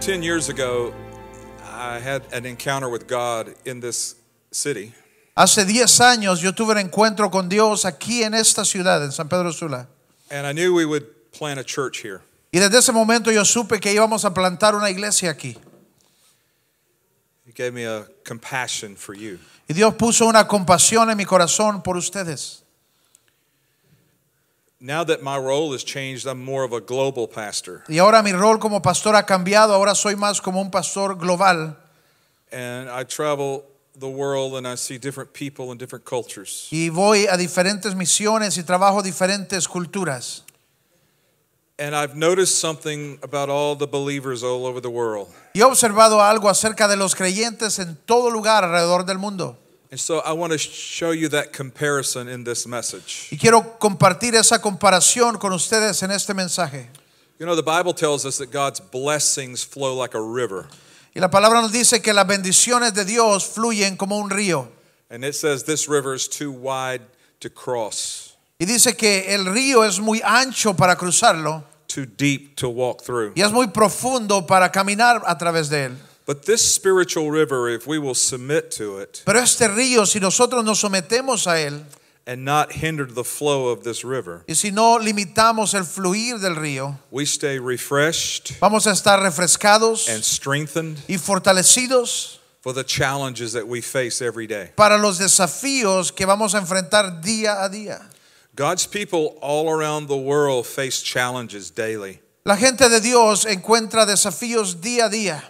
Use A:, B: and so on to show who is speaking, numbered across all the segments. A: 10 years ago, I had an encounter with God in this city.
B: Hace 10 años yo tuve un encuentro con Dios aquí en esta ciudad, en San Pedro Sula.
A: And I knew we would plant a church here.
B: Y desde ese momento yo supe que íbamos a plantar una iglesia aquí.
A: He gave me a compassion for you.
B: Y Dios puso una compasión en mi corazón por ustedes.
A: Now that my role has changed, I'm more of a global pastor.
B: Y ahora mi rol como pastor ha cambiado, ahora soy más como un pastor global.
A: And I travel the world and I see different people and different cultures.
B: Y voy a diferentes misiones y trabajo diferentes culturas.
A: And I've noticed something about all the believers all over the world.
B: Y he observado algo acerca de los creyentes en todo lugar alrededor del mundo.
A: And so I want to show you that comparison in this message.
B: Y quiero compartir esa comparación con ustedes en este mensaje.
A: You know, the Bible tells us that God's blessings flow like a river.
B: Y la palabra nos dice que las bendiciones de Dios fluyen como un río.
A: And it says this river is too wide to cross,
B: Y dice que el río es muy ancho para cruzarlo
A: too deep to walk through.
B: y es muy profundo para caminar a través de él.
A: But this spiritual river, if we will submit to it
B: Pero este río, si nosotros nos sometemos a él
A: and not hinder the flow of this river,
B: y si no limitamos el fluir del río,
A: we stay refreshed
B: vamos a estar refrescados
A: and strengthened
B: y fortalecidos
A: for the challenges that we face every day.
B: para los desafíos que vamos a enfrentar día a día.
A: God's people all around the world face challenges daily.
B: La gente de Dios encuentra desafíos día a día.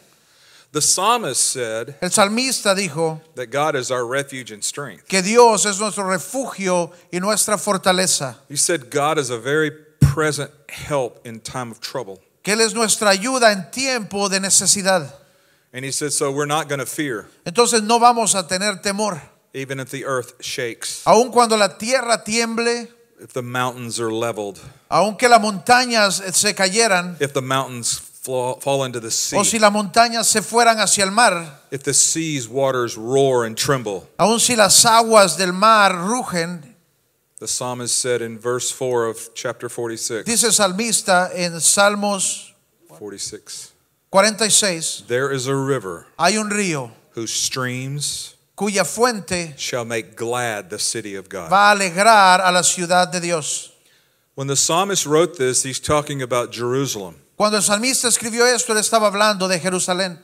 A: The psalmist said
B: El salmista dijo
A: that God is our refuge and strength.
B: que Dios es nuestro refugio y nuestra fortaleza.
A: He said God is a very present help in time of trouble.
B: que Él es nuestra ayuda en tiempo de necesidad.
A: And he said, So we're not going to fear,
B: Entonces no vamos a tener temor,
A: even if the earth shakes,
B: aun cuando la tierra tiemble,
A: if the mountains are leveled,
B: aun que las montañas eh, se cayeran,
A: if the mountains fall, fall into the sea,
B: o si las montañas se fueran hacia el mar,
A: if the sea's waters roar and tremble.
B: aun si las aguas del mar rugen,
A: The psalmist said in verse 4 of chapter 46,
B: dice el salmista en Salmos
A: 46
B: 46,
A: There is a river
B: hay un río
A: whose streams
B: cuya fuente
A: shall make glad the city of God.
B: va a alegrar a la ciudad de Dios.
A: When the psalmist wrote this, he's talking about Jerusalem.
B: Cuando el salmista escribió esto, él estaba hablando de Jerusalén.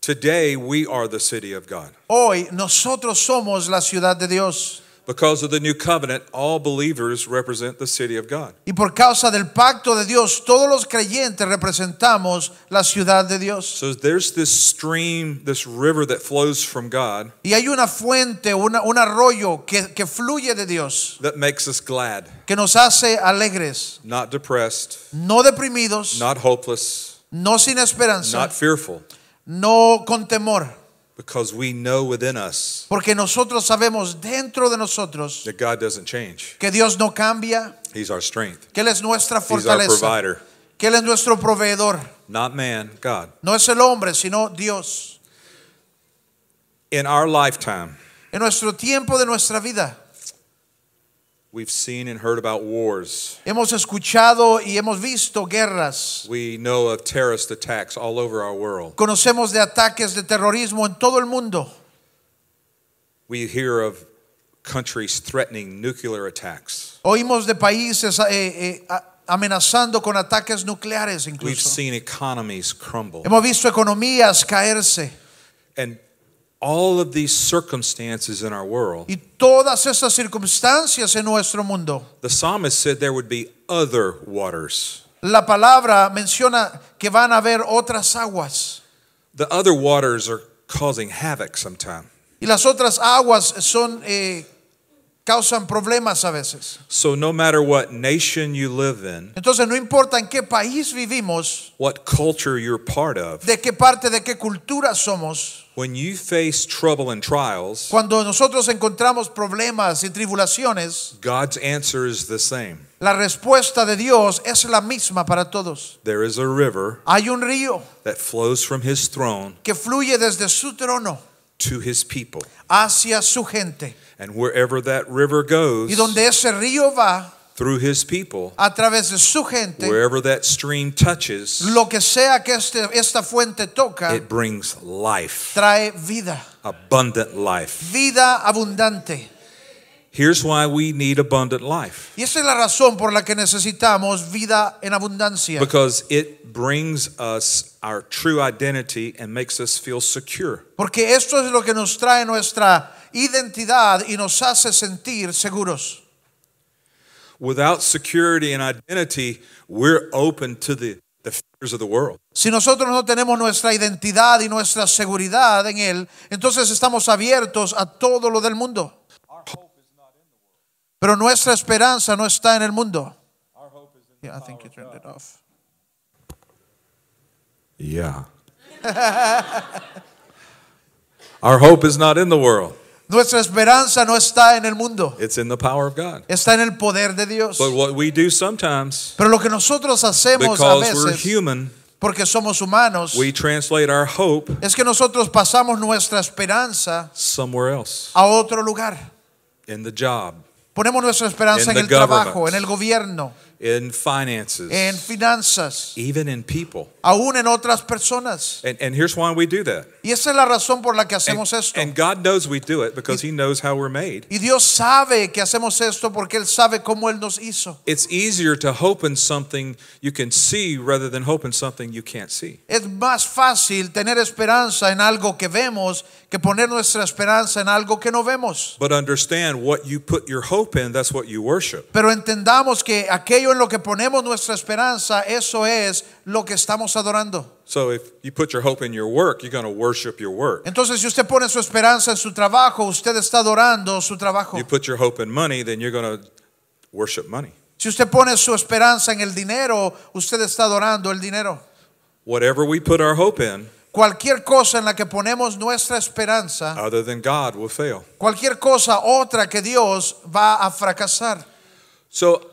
A: Today, we are the city of God.
B: Hoy nosotros somos la ciudad de Dios.
A: Because of the new covenant, all believers represent the city of God.
B: Y por causa del pacto de Dios, todos los creyentes representamos la ciudad de Dios.
A: So there's this stream, this river that flows from God
B: Y hay una fuente, una- un arroyo que, que fluye de Dios,
A: that makes us glad,
B: que nos hace alegres,
A: not depressed,
B: no deprimidos,
A: not hopeless,
B: no sin esperanza,
A: not fearful,
B: no con temor,
A: because we know within us
B: porque nosotros sabemos dentro de nosotros
A: that God doesn't change.
B: que Dios no cambia,
A: He's our strength,
B: que Él es nuestra
A: He's our
B: fortaleza,
A: provider.
B: que Él es nuestro proveedor.
A: Not man, God.
B: No es el hombre, sino Dios.
A: In our lifetime,
B: En nuestro tiempo de nuestra vida
A: we've seen and heard about wars.
B: hemos escuchado y hemos visto guerras.
A: We know of terrorist attacks all over our world.
B: Conocemos de ataques de terrorismo en todo el mundo.
A: We hear of countries threatening nuclear attacks.
B: Oímos de países eh, eh, a- amenazando con ataques nucleares
A: We've
B: incluso.
A: seen economies crumble.
B: Hemos visto economías caerse
A: And all of these circumstances in our world,
B: y todas esas circunstancias en nuestro mundo.
A: the psalmist said there would be other waters.
B: La palabra menciona que van a haber otras aguas
A: The other waters are causing havoc sometime.
B: y las otras aguas son eh, causan problemas a veces.
A: So, no matter what nation you live in,
B: Entonces no importa en qué país vivimos,
A: what culture you're part of,
B: de qué parte, de qué cultura somos.
A: when you face trouble and trials,
B: Cuando nosotros encontramos problemas y tribulaciones,
A: God's answer is the same.
B: la respuesta de Dios es la misma para todos.
A: There is a river
B: Hay un río
A: that flows from his throne
B: que fluye desde su trono
A: to his people.
B: hacia su gente.
A: And wherever that river goes,
B: Y donde ese río va,
A: through his people.
B: a través de su gente.
A: Wherever that stream touches,
B: Lo que sea que este- esta fuente toca,
A: it brings life,
B: trae vida,
A: abundant life.
B: vida abundante.
A: Here's why we need abundant life
B: Y esa es la razón por la que necesitamos vida en abundancia.
A: because it brings us our true identity and makes us feel secure.
B: Porque esto es lo que nos trae nuestra identidad y nos hace sentir seguros.
A: Without security and identity, we're open to the, the fears of the world.
B: Si nosotros no tenemos nuestra identidad y nuestra seguridad en Él, entonces estamos abiertos a todo lo del mundo. Pero nuestra esperanza no está en el mundo. Yeah, I think you turned it off.
A: Yeah. our hope is not in the world,
B: Nuestra esperanza no está en el mundo,
A: it's in the power of God.
B: está en el poder de Dios.
A: But what we do sometimes,
B: Pero lo que nosotros hacemos a
A: because we're
B: veces,
A: human,
B: porque somos humanos,
A: we translate our hope
B: es que nosotros pasamos nuestra esperanza
A: somewhere else
B: a otro lugar.
A: in the job,
B: Ponemos nuestra esperanza
A: In the
B: en el trabajo,
A: government.
B: en el gobierno,
A: in finances,
B: en finanzas,
A: even in people.
B: aún en otras personas.
A: And, and here's why we do that.
B: Y esa es la razón por la que
A: And,
B: hacemos esto.
A: and God knows we do it because He knows how we're made.
B: Y Dios sabe que hacemos esto porque Él sabe cómo Él nos hizo.
A: It's easier to hope in something you can see rather than hope in something you can't see.
B: Es más fácil tener esperanza en algo que vemos que poner nuestra esperanza en algo que no vemos.
A: But understand what you put your hope in, that's what you worship.
B: Pero entendamos que aquello en lo que ponemos nuestra esperanza, eso es lo que estamos adorando.
A: So if you put your hope in your work, you're going to worship your work.
B: Entonces, si usted pone su esperanza en su trabajo, usted está adorando su trabajo.
A: You put your hope in money, then you're going to worship money.
B: Si usted pone su esperanza en el dinero, usted está adorando el dinero.
A: Whatever we put our hope in,
B: Cualquier cosa en la que ponemos nuestra esperanza,
A: other than God, will fail.
B: cualquier cosa otra que Dios va a fracasar.
A: So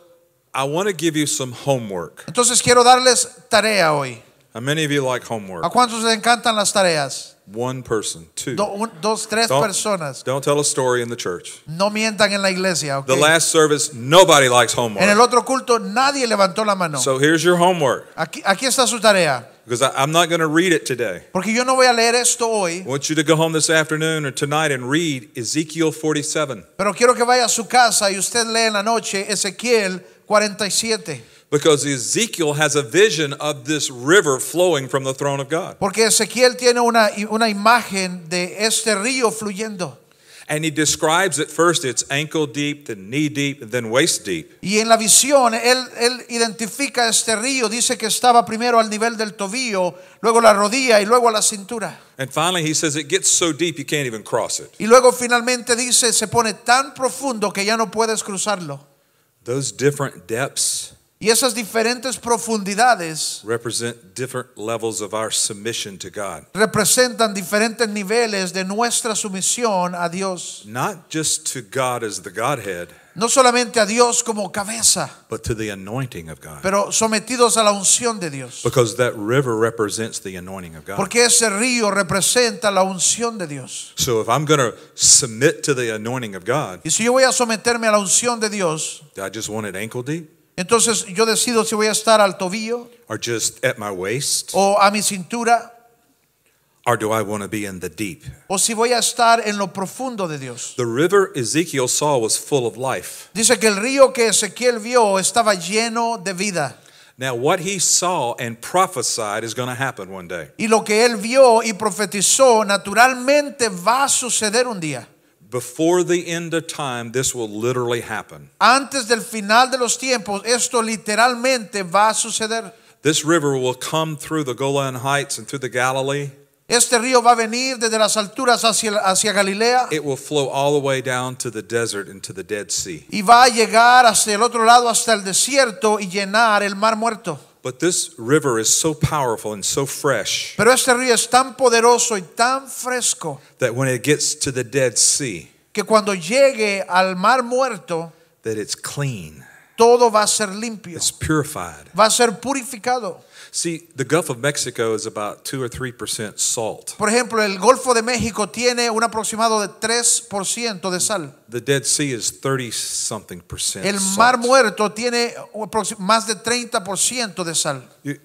A: I want to give you some homework.
B: Entonces quiero darles tarea hoy.
A: How many of you like
B: ¿A
A: homework?
B: cuántos les encantan las tareas?
A: One person, 2
B: Do- un- dos, tres
A: Don't-
B: personas.
A: Don't tell a story in the church.
B: No mientan en la iglesia. ¿ok?
A: The last service, nobody likes homework.
B: En el otro culto nadie levantó la mano.
A: So here's your homework
B: Aquí, aquí está su tarea.
A: because I, I'm not going to read it today.
B: Porque yo no voy a leer esto hoy,
A: I want you to go home this afternoon or tonight and read Ezekiel 47
B: pero quiero que vaya a su casa y usted lee en la noche Ezequiel 47.
A: because Ezekiel has a vision of this river flowing from the throne of God.
B: Porque Ezequiel tiene una, una imagen de este río fluyendo.
A: And he describes at first it's ankle deep, then knee deep, and then waist deep.
B: Y en la visión, él, él identifica este río, dice que estaba primero al nivel del tobillo, luego la rodilla y luego a la cintura.
A: And finally he says it gets so deep you can't even cross it.
B: Y luego finalmente dice, se pone tan profundo que ya no puedes cruzarlo.
A: Those different depths
B: Y esas diferentes profundidades
A: represent different levels of our submission to God.
B: representan diferentes niveles de nuestra sumisión a Dios.
A: Not just to God as the Godhead,
B: No solamente a Dios como cabeza,
A: but to the anointing of God.
B: pero sometidos a la unción de Dios.
A: Because that river represents the anointing of God.
B: Porque ese río representa la unción de Dios.
A: So if I'm going to submit to the anointing of God,
B: Y si yo voy a someterme a la unción de Dios,
A: I just want it ankle deep
B: entonces yo decido si voy a estar al tobillo
A: or just at my waist,
B: o a mi cintura
A: or do I want to be in the deep?
B: o si voy a estar en lo profundo de Dios.
A: The river Ezekiel saw was full of life.
B: Dice que el río que Ezequiel vio estaba lleno de vida.
A: Now, what he saw and prophesied is going to happen one day.
B: Y lo que él vio y profetizó naturalmente va a suceder un día.
A: Before the end of time, this will literally happen.
B: Antes del final de los tiempos, esto literalmente va a suceder.
A: This river will come through the Golan Heights and through the Galilee.
B: Este río va a venir desde las alturas hacia, hacia Galilea
A: It will flow all the way down to the desert and to the Dead Sea.
B: y va a llegar hacia el otro lado, hasta el desierto y llenar el mar muerto.
A: But this river is so powerful and so fresh
B: Pero este río es tan poderoso y tan fresco
A: that when it gets to the Dead Sea,
B: que cuando llegue al mar muerto,
A: that it's clean,
B: todo va a ser limpio,
A: it's purified.
B: va a ser purificado.
A: See, the Gulf of Mexico is about 2 or 3% salt.
B: Por ejemplo, el Golfo de México tiene un aproximado de 3% de sal.
A: The Dead Sea is 30 something percent.
B: El
A: salt.
B: Mar Muerto tiene aproxi- más de 30% de sal.
A: You,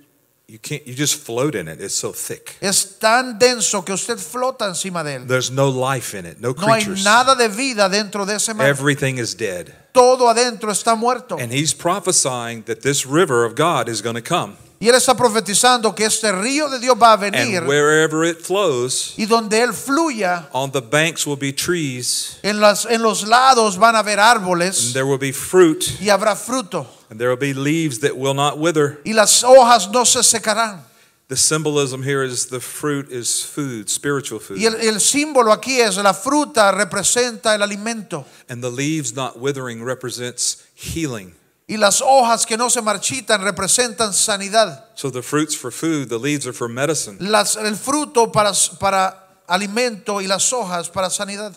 A: you can't you just float in it. It's so thick.
B: Es tan denso que usted flota encima de él.
A: There's no life in it. No
B: No hay
A: creatures.
B: nada de vida dentro de ese mar.
A: Everything is dead.
B: Todo adentro está muerto.
A: And he's prophesying that this river of God is going to come.
B: Y él está profetizando que este río de Dios va a venir
A: And wherever it flows,
B: y donde él fluya,
A: on the banks will be trees,
B: en, las, en los lados van a haber
A: and
B: árboles
A: there will be fruit,
B: y habrá fruto
A: and there will be leaves that will not wither.
B: y las hojas no se secarán.
A: The symbolism here is the fruit is food, spiritual food.
B: Y el, el símbolo aquí es la fruta representa el alimento
A: And the leaves not withering represents healing.
B: y las hojas que no se marchitan representan sanidad.
A: So the fruit's for food, the leaves are for medicine.
B: Las, el fruto para, para alimento y las hojas para sanidad.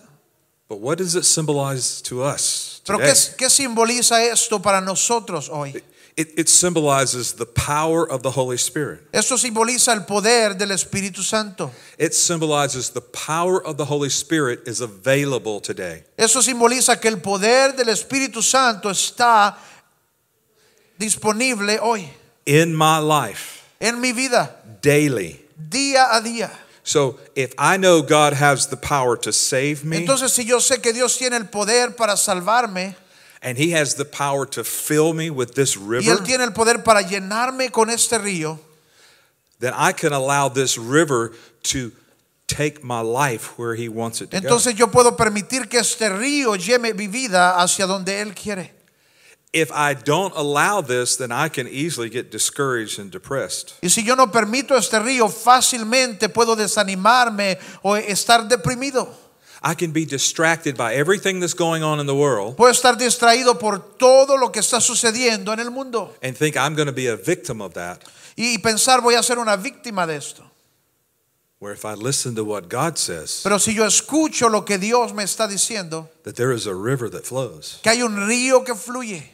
A: But what does it symbolize to us?
B: Pero
A: today?
B: ¿qué, qué simboliza esto para nosotros hoy?
A: It, it symbolizes the power of the Holy Spirit.
B: Esto simboliza el poder del Espíritu Santo.
A: It symbolizes the power of the Holy Spirit is available today.
B: Eso simboliza que el poder del Espíritu Santo está disponible hoy
A: in my life
B: en mi vida,
A: daily.
B: día a día.
A: So if I know God has the power to save me
B: Entonces, si yo sé que Dios tiene el poder para salvarme
A: and He has the power to fill me with this
B: y Él
A: river,
B: tiene el poder para llenarme con este río,
A: then I can allow this river to take my life where He wants it to go.
B: entonces yo puedo permitir que este río lleve mi vida hacia donde Él quiere.
A: If I don't allow this, then I can easily get discouraged and depressed.
B: Y si yo no permito este río, fácilmente puedo desanimarme o estar deprimido.
A: I can be distracted by everything that's going on in the world
B: Puedo estar distraído por todo lo que está sucediendo en el mundo.
A: and think I'm going to be a victim of that.
B: y pensar voy a ser una víctima de esto.
A: Where if I listen to what God says,
B: Pero si yo escucho lo que Dios me está diciendo,
A: that there is a river that flows.
B: que hay un río que fluye,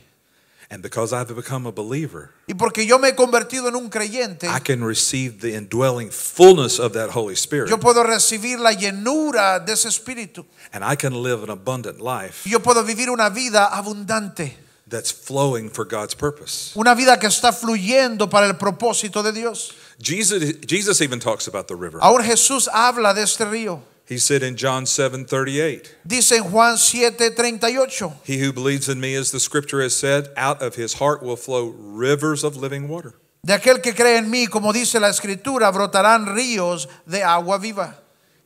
A: And because I've become a believer,
B: y porque yo me he convertido en un creyente,
A: I can receive the indwelling fullness of that Holy Spirit.
B: yo puedo recibir la llenura de ese espíritu.
A: And I can live an abundant
B: Y
A: life
B: yo puedo vivir una vida abundante,
A: that's flowing for God's purpose.
B: una vida que está fluyendo para el propósito de Dios.
A: Jesus, Jesus even talks about the river.
B: Ahora Jesús habla de este río.
A: He said in John 7 38,
B: Dice en Juan 7:38,
A: He who believes in me, as the scripture has said, out of his heart will flow rivers of living water.
B: de aquel que cree en mí, como dice la escritura, brotarán ríos de agua viva.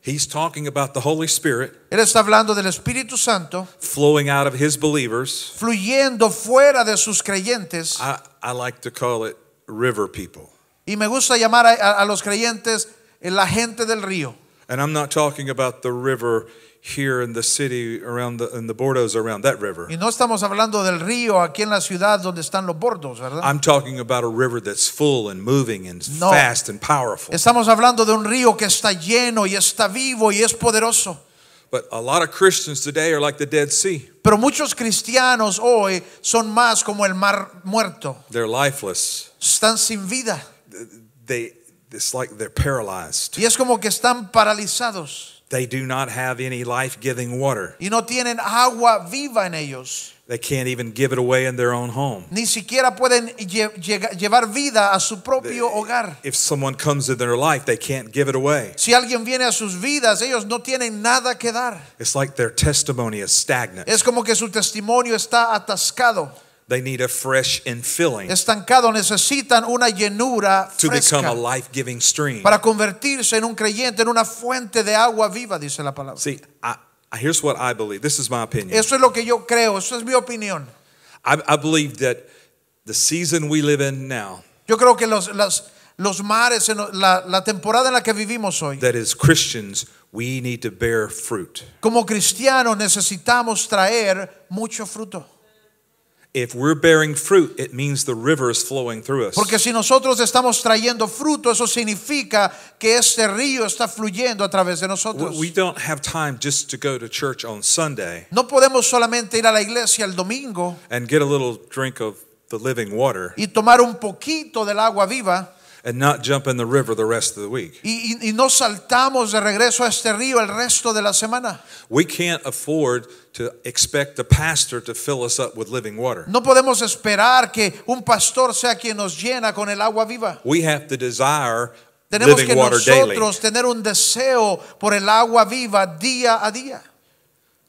A: He's talking about the Holy Spirit
B: Él está hablando del Espíritu Santo
A: flowing out of his believers.
B: fluyendo fuera de sus creyentes.
A: I, I like to call it river people.
B: Y me gusta llamar a, a- a los creyentes eh, la gente del río.
A: And I'm not talking about the river here in the city around the, in the Bordeaux around that river.
B: Y no estamos hablando del río aquí en la ciudad donde están los bordos, ¿verdad?
A: I'm talking about a river that's full and moving and
B: No.
A: fast and powerful.
B: Estamos hablando de un río que está lleno y está vivo y es poderoso.
A: But a lot of Christians today are like the Dead Sea.
B: Pero muchos cristianos hoy son más como el mar muerto.
A: They're lifeless.
B: Están sin vida.
A: They it's like they're paralyzed.
B: Y es como que están paralizados
A: They do not have any life-giving water.
B: y no tienen agua viva en ellos.
A: They can't even give it away in their own home.
B: Ni siquiera pueden lle- llega- llevar vida a su propio hogar.
A: If someone comes in their life, they can't give it away.
B: Si alguien viene a sus vidas, ellos no tienen nada que dar.
A: It's like their testimony is stagnant.
B: Es como que su testimonio está atascado,
A: They need a fresh infilling
B: estancado. Necesitan una llenura
A: to become
B: fresca
A: a life-giving stream.
B: para convertirse en un creyente, en una fuente de agua viva, dice la palabra.
A: See, I, I- here's what I believe. This is my opinion.
B: Eso es lo que yo creo, eso es mi opinión.
A: I, I believe that the season we live in now,
B: Yo creo que los, las- los mares, en la, la temporada en la que vivimos hoy,
A: that as Christians, we need to bear fruit.
B: como cristianos necesitamos traer mucho fruto.
A: If we're bearing fruit, it means the river is flowing through us.
B: Porque si nosotros estamos trayendo fruto, eso significa que este río está fluyendo a través de
A: We,
B: nosotros.
A: we don't have time just to go to church on Sunday
B: No podemos solamente ir a la iglesia el domingo
A: and get a little drink of the living water
B: y tomar un poquito del agua viva
A: and not jump in the river the rest of the week.
B: Y, y- y no saltamos de regreso a este río el resto de la semana.
A: We can't afford to expect the pastor to fill us up with living water.
B: No podemos esperar que un pastor sea quien nos llena con el agua viva.
A: We have to desire
B: Tenemos que
A: living water daily.
B: nosotros tener un deseo por el agua viva día a día.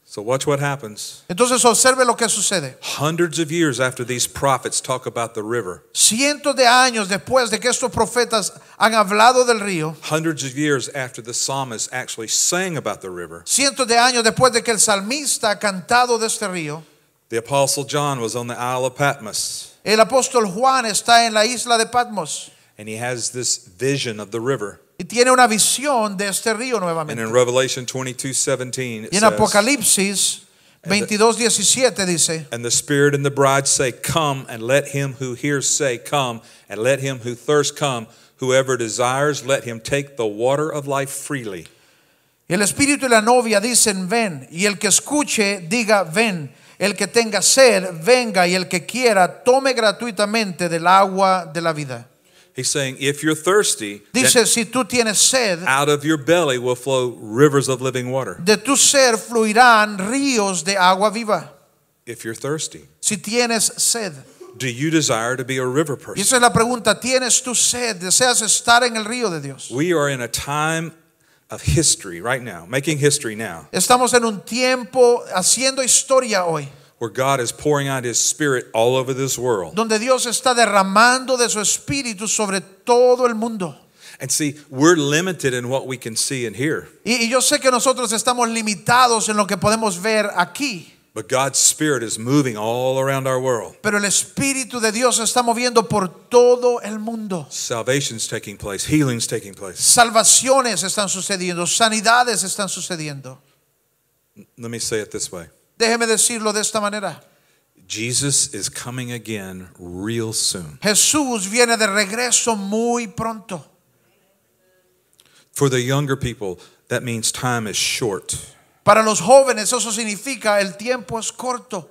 A: So watch what happens.
B: Entonces observe lo que sucede.
A: Hundreds of years after these prophets talk about the river,
B: Cientos de años después de que estos profetas han hablado del río,
A: hundreds of years after the psalmist actually sang about the river,
B: cientos de años después de que el salmista ha cantado de este río,
A: the apostle John was on the Isle of Patmos
B: el apóstol Juan está en la isla de Patmos
A: and he has this vision of the river.
B: y tiene una visión de este río
A: And
B: nuevamente.
A: in Revelation 22 17, it
B: Y en
A: says,
B: Apocalipsis 22, 17 dice,
A: And the Spirit and the bride say, Come, and let him who hears say, Come, and let him who thirsts come. Whoever desires, let him take the water of life freely.
B: el espíritu y la novia dicen, ven, y el que escuche diga, ven, el que tenga sed, venga, y el que quiera, tome gratuitamente del agua de la vida.
A: He's saying, If you're thirsty, then
B: Dice, si tú tienes sed,
A: out of your belly will flow rivers of living water.
B: de tu ser fluirán ríos de agua viva,
A: If you're thirsty,
B: si tienes sed.
A: do you desire to be a river
B: Y
A: person?
B: esa es la pregunta, ¿tienes tu sed? ¿Deseas estar en el río de Dios?
A: We are in a time of history right now, making history now,
B: Estamos en un tiempo haciendo historia hoy,
A: where God is pouring out His Spirit all over this world.
B: donde Dios está derramando de su espíritu sobre todo el mundo.
A: And see, we're limited in what we can see and hear,
B: Y, y yo sé que nosotros estamos limitados en lo que podemos ver aquí,
A: but God's Spirit is moving all around our world.
B: pero el espíritu de Dios se está moviendo por todo el mundo.
A: Salvation's taking place, healing's taking place.
B: Salvaciones están sucediendo, sanidades están sucediendo.
A: Let me say it this way
B: Déjeme decirlo de esta manera.
A: Jesus is coming again real soon.
B: Jesús viene de regreso muy pronto.
A: For the younger people, that means time is short.
B: Para los jóvenes eso significa el tiempo es corto.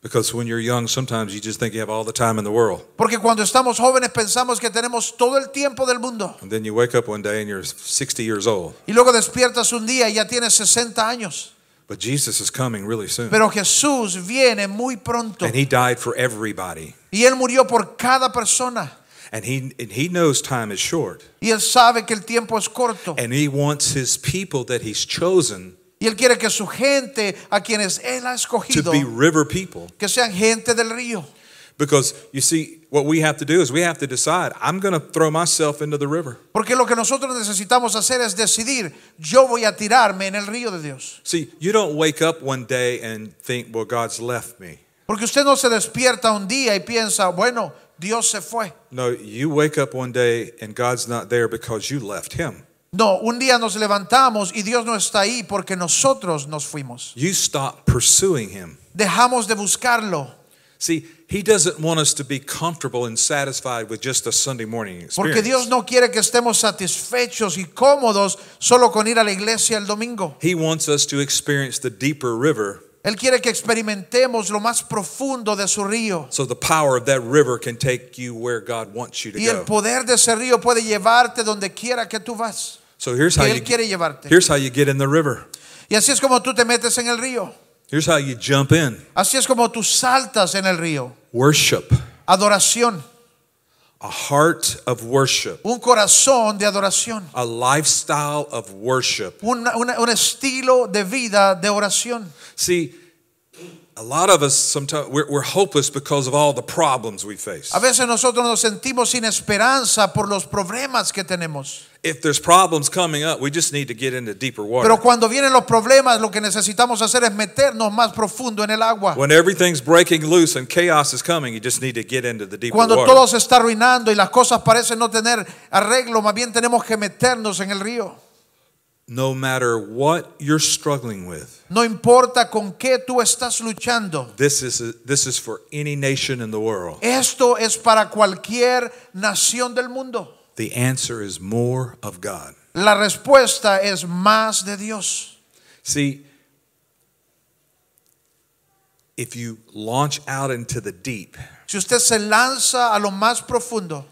A: Because when you're young, sometimes you just think you have all the time in the world.
B: Porque cuando estamos jóvenes pensamos que tenemos todo el tiempo del mundo.
A: And then you wake up one day and you're 60 years old.
B: Y luego despiertas un día y ya tienes 60 años.
A: But Jesus is coming really soon.
B: Pero Jesús viene muy pronto.
A: And he died for everybody.
B: Y Él murió por cada persona.
A: And he, and he knows time is short.
B: Y Él sabe que el tiempo es corto.
A: And he wants his people that he's chosen
B: Y Él quiere que su gente, a quienes Él ha
A: to
B: escogido,
A: be river people.
B: que sean gente del río.
A: Because you see, what we have to do is we have to decide I'm going to throw myself into the river.
B: Porque lo que nosotros necesitamos hacer es decidir, yo voy a tirarme en el río de Dios.
A: See, you don't wake up one day and think, well, God's left me.
B: Porque usted no se despierta un día y piensa, bueno, Dios se fue.
A: No, you wake up one day and God's not there because you left him.
B: No, un día nos levantamos y Dios no está ahí porque nosotros nos fuimos.
A: You stop pursuing him.
B: Dejamos de buscarlo
A: See, he doesn't want us to be comfortable and satisfied with just a Sunday morning experience.
B: porque Dios no quiere que estemos satisfechos y cómodos solo con ir a la iglesia el domingo.
A: He wants us to experience the deeper river
B: Él quiere que experimentemos lo más profundo de su río.
A: so the power of that river can take you where God wants you to
B: Y el
A: go.
B: poder de ese río puede llevarte donde quiera que tú vas.
A: So here's
B: Y
A: how you
B: Él quiere llevarte.
A: here's how you get in the river.
B: Y así es como tú te metes en el río.
A: Here's how you jump in.
B: Así es como tú saltas en el río.
A: Worship.
B: Adoración.
A: A heart of worship.
B: Un corazón de adoración.
A: A lifestyle of worship.
B: Una- una- un estilo de vida de oración.
A: See, a lot of us sometimes we're, we're hopeless because of all the problems we face.
B: A veces nosotros nos sentimos sin esperanza por los problemas que tenemos.
A: If there's problems coming up, we just need to get into deeper water.
B: Pero cuando vienen los problemas, lo que necesitamos hacer es meternos más profundo en el agua.
A: When everything's breaking loose and chaos is coming, you just need to get into the deeper
B: Cuando
A: water.
B: todo se está arruinando y las cosas parecen no tener arreglo, más bien tenemos que meternos en el río.
A: No matter what you're struggling with,
B: No importa con qué tú estás luchando.
A: this is this is for any nation in the world.
B: Esto es para cualquier nación del mundo.
A: The answer is more of God.
B: La respuesta es más de Dios.
A: See, if you launch out into the deep,
B: Si usted se lanza a lo más profundo,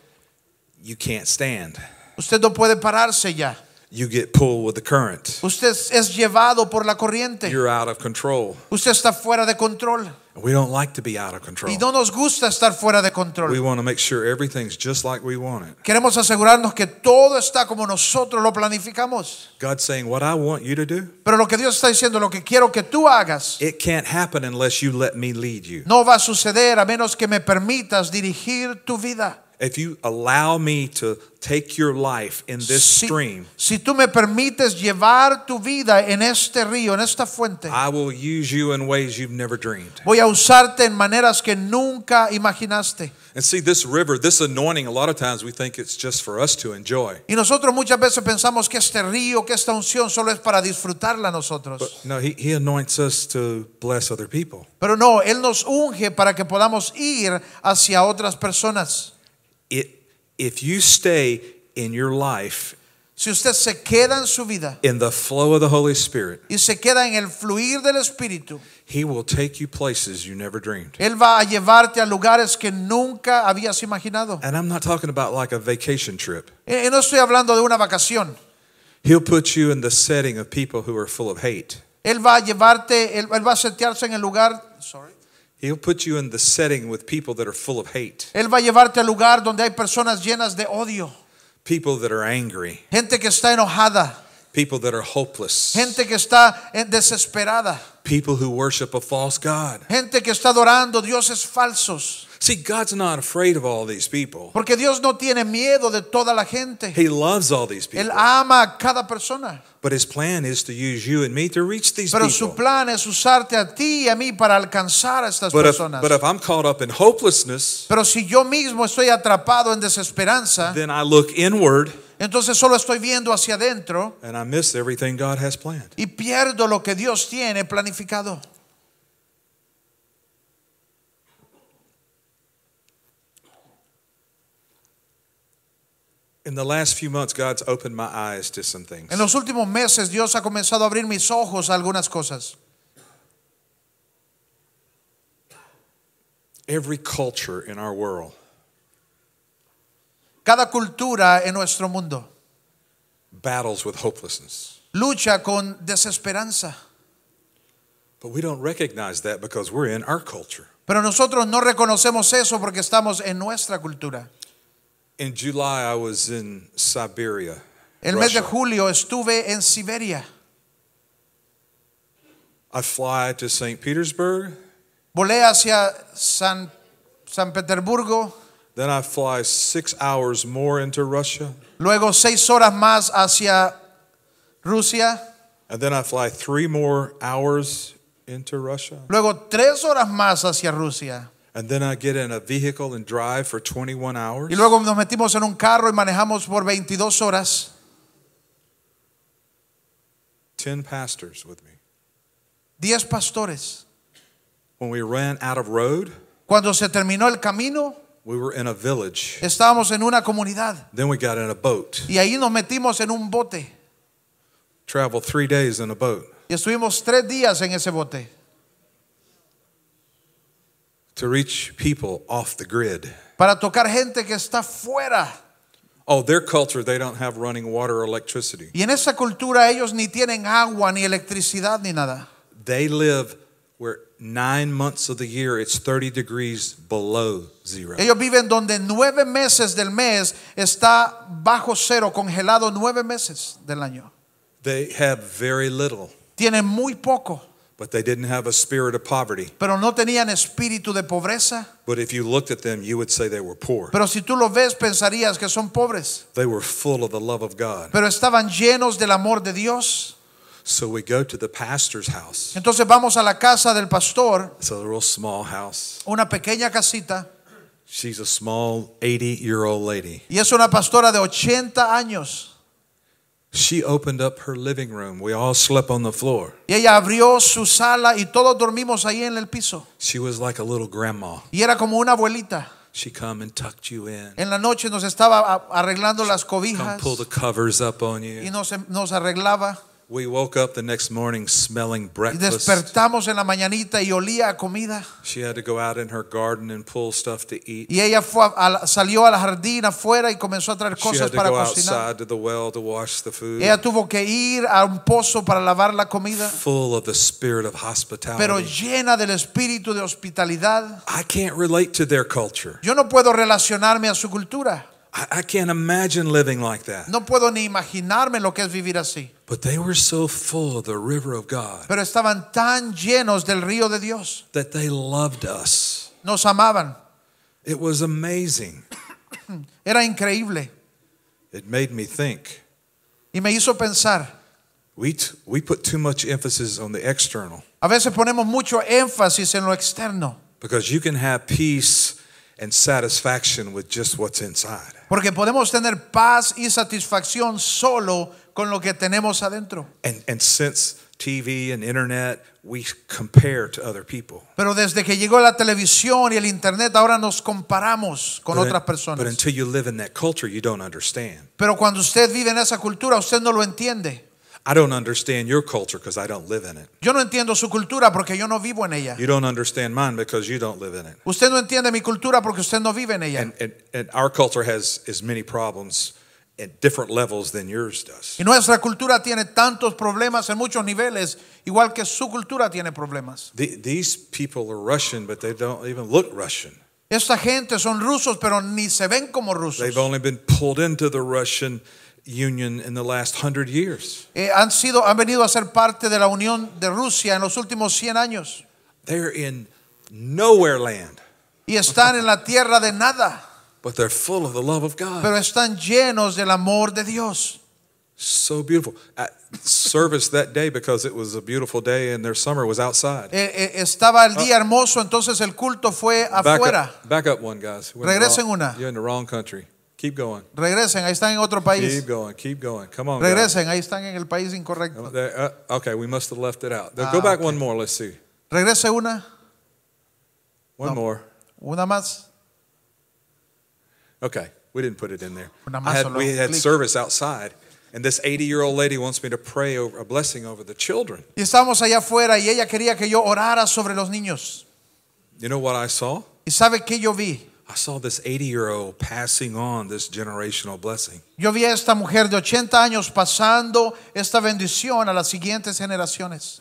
A: you can't stand.
B: Usted no puede pararse ya.
A: You get pulled with the current.
B: Usted es llevado por la corriente.
A: You're out of control.
B: Usted está fuera de control.
A: And We don't like to be out of control.
B: Y no nos gusta estar fuera de control.
A: We want to make sure everything's just like we want it.
B: Queremos asegurarnos que todo está como nosotros lo planificamos.
A: God's saying, What I want you to do,
B: Pero lo que Dios está diciendo, lo que quiero que tú hagas,
A: it can't happen unless you let me lead you.
B: no va a suceder a menos que me permitas dirigir tu vida.
A: If you allow me to take your life in this
B: Si,
A: stream,
B: si tú me permites llevar tu vida en este río, en esta fuente,
A: I will use you in ways you've never dreamed.
B: voy a usarte en maneras que nunca imaginaste.
A: And see, this river, this anointing, a lot of times we think it's just for us to enjoy.
B: Y nosotros muchas veces pensamos que este río, que esta unción solo es para disfrutarla nosotros.
A: But no, he, he anoints us to bless other people.
B: Pero no, Él nos unge para que podamos ir hacia otras personas.
A: It, if you stay in your life,
B: Si usted se queda en su vida
A: in the flow of the Holy Spirit,
B: y se queda en el fluir del Espíritu,
A: He will take you places you never dreamed.
B: Él va a llevarte a lugares que nunca habías imaginado.
A: And I'm not talking about like a vacation trip.
B: Eh, eh, no estoy hablando de una vacación.
A: He'll put you in the setting of people who are full of hate.
B: Él va a llevarte, Él, él va a setearse en el lugar, sorry.
A: He'll put you in the setting with people that are full of hate,
B: Él va a llevarte al lugar donde hay personas llenas de odio,
A: people that are angry,
B: gente que está enojada,
A: people that are hopeless,
B: gente que está eh, desesperada,
A: people who worship a false God.
B: gente que está adorando dioses falsos.
A: See, God's not afraid of all these people.
B: Porque Dios no tiene miedo de toda la gente.
A: He loves all these
B: Él
A: people.
B: ama a cada persona.
A: But his plan is to use you and me to reach these
B: Pero su
A: people.
B: plan es usarte a ti y a mí para alcanzar a estas
A: But if,
B: personas.
A: but if I'm caught up in hopelessness,
B: Pero si yo mismo estoy atrapado en desesperanza,
A: then I look inward
B: entonces solo estoy viendo hacia adentro
A: and I miss everything God has planned.
B: y pierdo lo que Dios tiene planificado.
A: In the last few months, God's opened my eyes to some things.
B: En los últimos meses Dios ha comenzado a abrir mis ojos a algunas cosas.
A: Every culture in our world
B: Cada cultura en nuestro mundo
A: battles with hopelessness.
B: lucha con desesperanza,
A: But we don't recognize that because we're in our culture.
B: pero nosotros no reconocemos eso porque estamos en nuestra cultura.
A: In July, I was in Siberia.
B: El mes de
A: Russia.
B: julio estuve en Siberia.
A: I fly to St. Petersburg,
B: Volé hacia San, San Petersburgo,
A: then I fly six hours more into Russia,
B: luego seis horas más hacia Rusia,
A: and then I fly three more hours into Russia,
B: luego tres horas más hacia Rusia.
A: and then I get in a vehicle and drive for 21 hours.
B: Y luego nos metimos en un carro y manejamos por 22 horas.
A: 10 pastors with me.
B: 10 pastores.
A: When we ran out of road,
B: Cuando se terminó el camino,
A: we were in a village.
B: estábamos en una comunidad
A: Then we got in a boat,
B: y ahí nos metimos en un bote.
A: traveled three days in a boat
B: Y estuvimos tres días en ese bote
A: to reach people off the grid.
B: para tocar gente que está fuera.
A: Oh, their culture, they don't have running water or electricity.
B: Y en esa cultura ellos ni tienen agua, ni electricidad, ni nada.
A: They live where nine months of the year it's 30 degrees below zero.
B: Ellos viven donde nueve meses del mes está bajo cero, congelado nueve meses del año.
A: They have very little,
B: Tienen muy poco,
A: but they didn't have a spirit of poverty.
B: pero no tenían espíritu de pobreza.
A: But if you looked at them, you would say they were poor.
B: Pero si tú lo ves, pensarías que son pobres.
A: They were full of the love of God.
B: Pero estaban llenos del amor de Dios.
A: So we go to the pastor's house.
B: Entonces vamos a la casa del pastor,
A: It's a little small house.
B: una pequeña casita,
A: She's a small 80 year old lady.
B: y es una pastora de 80 años.
A: She opened up her living room. We all slept on the floor.
B: Y ella abrió su sala y todos dormimos ahí en el piso.
A: She was like a little grandma.
B: Y era como una abuelita.
A: She come and tucked you in.
B: En la noche nos estaba a- arreglando las
A: Come
B: cobijas
A: pull the covers up on
B: y em,
A: you.
B: nos, nos arreglaba.
A: We woke up the next morning smelling
B: Y
A: breakfast.
B: despertamos en la mañanita y olía a comida.
A: She had to go out in her garden and pull stuff to eat.
B: Y ella fue a- a la- salió al jardín afuera y comenzó a traer
A: She
B: cosas
A: had to
B: para
A: go
B: cocinar.
A: outside to the well to wash the food.
B: Ella tuvo que ir a un pozo para lavar la comida,
A: Full of the spirit of
B: pero
A: hospitality.
B: llena del espíritu de hospitalidad.
A: I can't relate to their culture.
B: Yo no puedo relacionarme a su cultura.
A: I, I can't imagine living like that.
B: No puedo ni imaginarme lo que es vivir así.
A: But they were so full of the river of God
B: Pero estaban tan llenos del río de Dios.
A: that they loved us.
B: Nos amaban.
A: It was amazing.
B: Era increíble.
A: It made me think.
B: Y me hizo pensar.
A: We, t- we put too much emphasis on the external
B: A veces ponemos mucho énfasis en lo externo.
A: because you can have peace and satisfaction with just what's inside.
B: Porque podemos tener paz y satisfacción solo con lo que tenemos adentro.
A: And, and since TV and internet, we compare to other people.
B: Pero desde que llegó la televisión y el internet, ahora nos comparamos con
A: But-
B: otras
A: But
B: personas.
A: until you live in that culture, you don't understand.
B: Pero cuando usted vive en esa cultura, usted no lo entiende.
A: I don't understand your culture because I don't live in it.
B: Yo no entiendo su cultura porque yo no vivo en ella.
A: You don't understand mine because you don't live in it.
B: Usted no entiende mi cultura porque usted no vive en ella.
A: And, and, and our culture has as many problems at different levels than yours does.
B: Y nuestra cultura tiene tantos problemas en muchos niveles, igual que su cultura tiene problemas.
A: The, these people are Russian, but they don't even look Russian.
B: Esta gente son rusos, pero ni se ven como rusos.
A: They've only been pulled into the Russian Union in the last hundred years.
B: Eh, han, sido, han venido a ser parte de la Unión de Rusia en los últimos 100 años
A: They're in nowhere land,
B: y están en la tierra de nada,
A: but they're full of the love of God.
B: pero están llenos del amor de Dios.
A: So beautiful. At service that day because it was a beautiful day and their summer was outside.
B: Eh, eh, estaba el día hermoso, entonces el culto fue
A: Ah. Back
B: afuera.
A: up, back up one, guys. We're in the
B: Regresen
A: wrong-
B: una.
A: You're in the wrong country. Keep going.
B: Regresen, ahí están en otro
A: Keep
B: país.
A: going. Keep going. Come on. guys.
B: Regresen, ahí están en el país
A: Oh,
B: incorrecto.
A: there- uh, okay, we must have left it out.
B: Ah,
A: Go back
B: okay.
A: one more. Let's see.
B: Regrese una,
A: One
B: No.
A: more.
B: una más.
A: Okay, we didn't put it in there.
B: Una
A: I
B: más
A: had,
B: solo,
A: we had
B: click.
A: service outside, and this 80 year old lady wants me to pray over a blessing over the children.
B: Y estábamos allá afuera y ella quería que yo orara sobre los niños.
A: You know what I saw?
B: ¿Y sabe qué yo vi?
A: I saw this 80 year old passing on this generational blessing.
B: Yo vi a esta mujer de 80 años pasando esta bendición a las siguientes generaciones.